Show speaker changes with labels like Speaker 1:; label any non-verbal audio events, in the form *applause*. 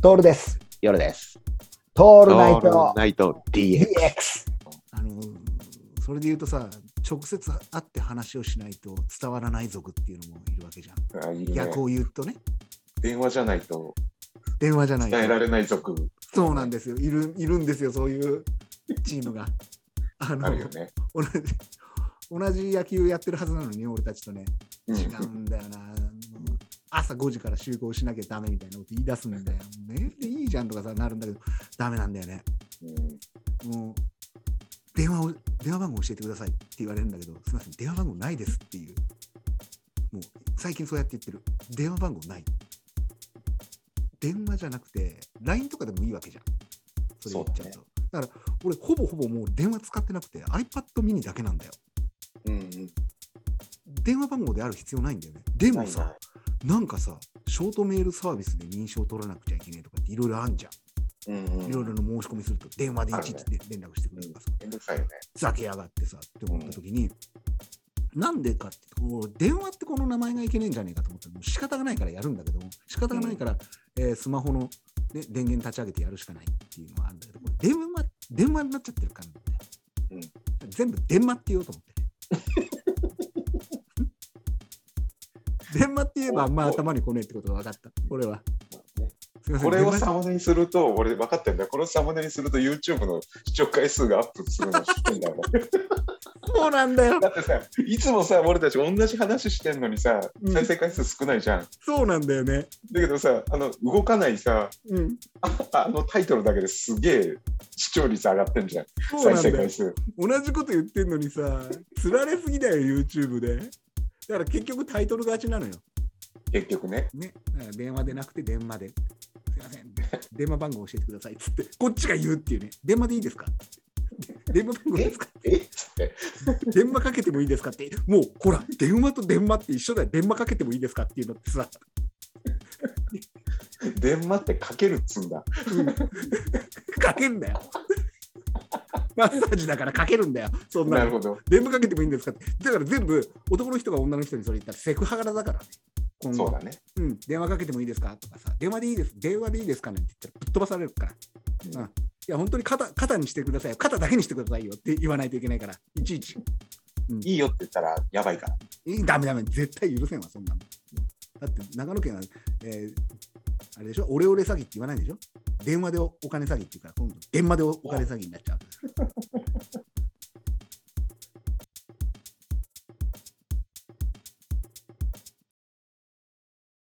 Speaker 1: トールです。
Speaker 2: 夜です。
Speaker 1: ト
Speaker 2: オ
Speaker 1: ールナイト
Speaker 2: ナイト DX。
Speaker 1: DX。
Speaker 3: あのそれで言うとさ直接会って話をしないと伝わらない族っていうのもいるわけじゃん
Speaker 4: あいいね
Speaker 3: 逆を言うとね
Speaker 4: 電話じゃないと
Speaker 3: 電話じゃない
Speaker 4: 伝えられない族
Speaker 3: そうなんですよいるいるんですよそういうチーム
Speaker 4: *laughs*
Speaker 3: があの
Speaker 4: あるよね。
Speaker 3: 同じ同じ野球やってるはずなのに俺たちとね
Speaker 4: うん
Speaker 3: 違うんだよなもう朝5時から集合しなきゃダメみたいなこと言い出すんだよ、ね、いいじゃんとかさなるんだけどダメなんだよね
Speaker 4: うん
Speaker 3: もう電話を電話番号教えてくださいって言われるんだけど、すみません、電話番号ないですっていう。もう最近そうやって言ってる。電話番号ない。電話じゃなくて、LINE とかでもいいわけじゃん。それ言っちゃうと。だから、俺、ほぼほぼもう電話使ってなくて、iPad mini だけなんだよ。
Speaker 4: うんうん
Speaker 3: 電話番号である必要ないんだよね。で
Speaker 4: な
Speaker 3: も
Speaker 4: い
Speaker 3: さ
Speaker 4: な、
Speaker 3: なんかさ、ショートメールサービスで認証取らなくちゃいけないとかっていろいろあんじゃ
Speaker 4: うんう
Speaker 3: ん。
Speaker 4: ん
Speaker 3: いろいろの申し込みすると、電話でいちいち連絡してくれるとかさ。
Speaker 4: めんどくさいよね。
Speaker 3: ふざけやがってさって思った時に、なんでかって俺電話ってこの名前がいけねえんじゃねえかと思ったらもう仕方がないからやるんだけども仕方がないから、えースマホの、ね、電源立ち上げてやるしかないっていうのはあるんだけどこれ電話電話になっちゃってるからなんだよ、全部電話って言おうと思
Speaker 4: *laughs*
Speaker 3: って。電話って言えばあんま頭に来ねえってことが分かった。俺は。すいません
Speaker 4: これを
Speaker 3: 電話
Speaker 4: サムネにすると、俺分かってんだよ。これをサムネにすると YouTube の視聴回数がアップするの知ってんだよ。
Speaker 3: そうなんだよ。
Speaker 4: *laughs* だってさ、いつもさ、俺たち同じ話してんのにさ、
Speaker 3: うん
Speaker 4: 再生回数少ないじゃん。だ
Speaker 3: そうなんだよね。
Speaker 4: けどさ、あの動かないさ、
Speaker 3: うん。
Speaker 4: あのタイトルだけですげえ視聴率上がってんじゃん。
Speaker 3: そう
Speaker 4: 再
Speaker 3: なんだ
Speaker 4: 生
Speaker 3: よ
Speaker 4: 回。数。
Speaker 3: 同じこと言ってんのにさ、つられすぎだよ、YouTube で。だから結局タイトル勝ちなのよ。
Speaker 4: 結局ね。
Speaker 3: ね。だから電話でなくて電話で。すいません。電話番号教えてください。つって、こっちが言うっていうね。電話でいいですか電話番号ですか
Speaker 4: えっつって。
Speaker 3: 電話かけてもいいですかって。もう、ほら、電話と電話って一緒だよ。電話かけてもいいですかっていうのってさ。
Speaker 4: 電話ってかけるっつんだ。
Speaker 3: かけんだよ。マッサージだからかけるんだよ。そんな
Speaker 4: な
Speaker 3: の
Speaker 4: るほど。
Speaker 3: 電話かけてもいいんですかって。だから全部、男の人が女の人にそれ言ったらセクハラだからね。今後
Speaker 4: そうだね。
Speaker 3: うん、電話かけてもいいですかとかさ、電話でいいです、電話でいいですかなんて言ったらぶっ飛ばされるから。うんいや、本当に肩肩にしてくださいよ、肩だけにしてくださいよって言わないといけないから、いちいち。
Speaker 4: いいよって言ったらやばいから。
Speaker 3: いいダメダメ、絶対許せんわ、そんなの。だって、長野県は、えーあれでしょ、オレオレ詐欺って言わないでしょ電話でお金詐欺って言うから、今度、電話でお金詐欺になっちゃう。